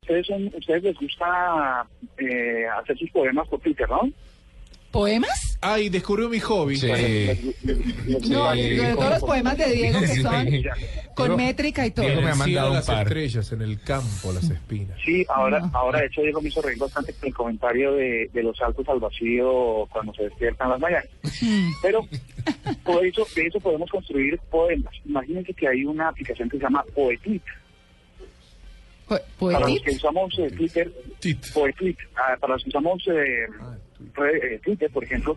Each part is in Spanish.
Ustedes, son, ustedes les gusta eh, hacer sus poemas por Twitter, ¿no? ¿Poemas? Ay, descubrió mi hobby. Les- les- les- No, les- de todos los poemas de Diego que son Sí. con métrica y todo. Diego me ha Vencido mandado las las estrellas en el campo, las espinas. Sí, ahora, Ah. ahora de hecho Diego me hizo reír bastante con el comentario de, de los saltos al vacío cuando se despiertan las mañanas. Pero por eso, de eso podemos construir poemas. Imagínense que hay una aplicación que se llama Poetweet. Po- Para los ¿Poetic? que usamos eh, Twitter, Tit. Poetweet, ah, para los que usamos eh, re- eh, Twitter, por ejemplo,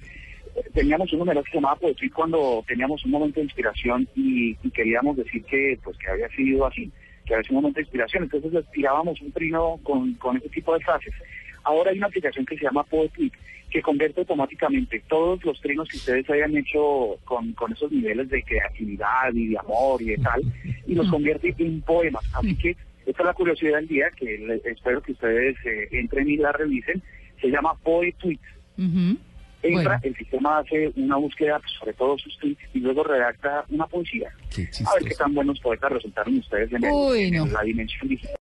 eh, teníamos un numeral que se llamaba Poetweet cuando teníamos un momento de inspiración y, y queríamos decir que pues que había sido así, que había sido un momento de inspiración. Entonces les tirábamos un trino con, con este tipo de frases. Ahora hay una aplicación que se llama Poetweet que convierte automáticamente todos los trinos que ustedes hayan hecho con, con esos niveles de creatividad y de amor y de tal, y los convierte en poemas. Así que esta es la curiosidad del día, que le- espero que ustedes eh, entren y la revisen. Se llama Poetweet. Ujú. Entra, Bueno. el sistema hace una búsqueda pues, sobre todos sus tweets y luego redacta una poesía. A Qué ver qué chistoso. tan buenos poetas resultaron ustedes en, el- Uy, no. en la dimensión digital.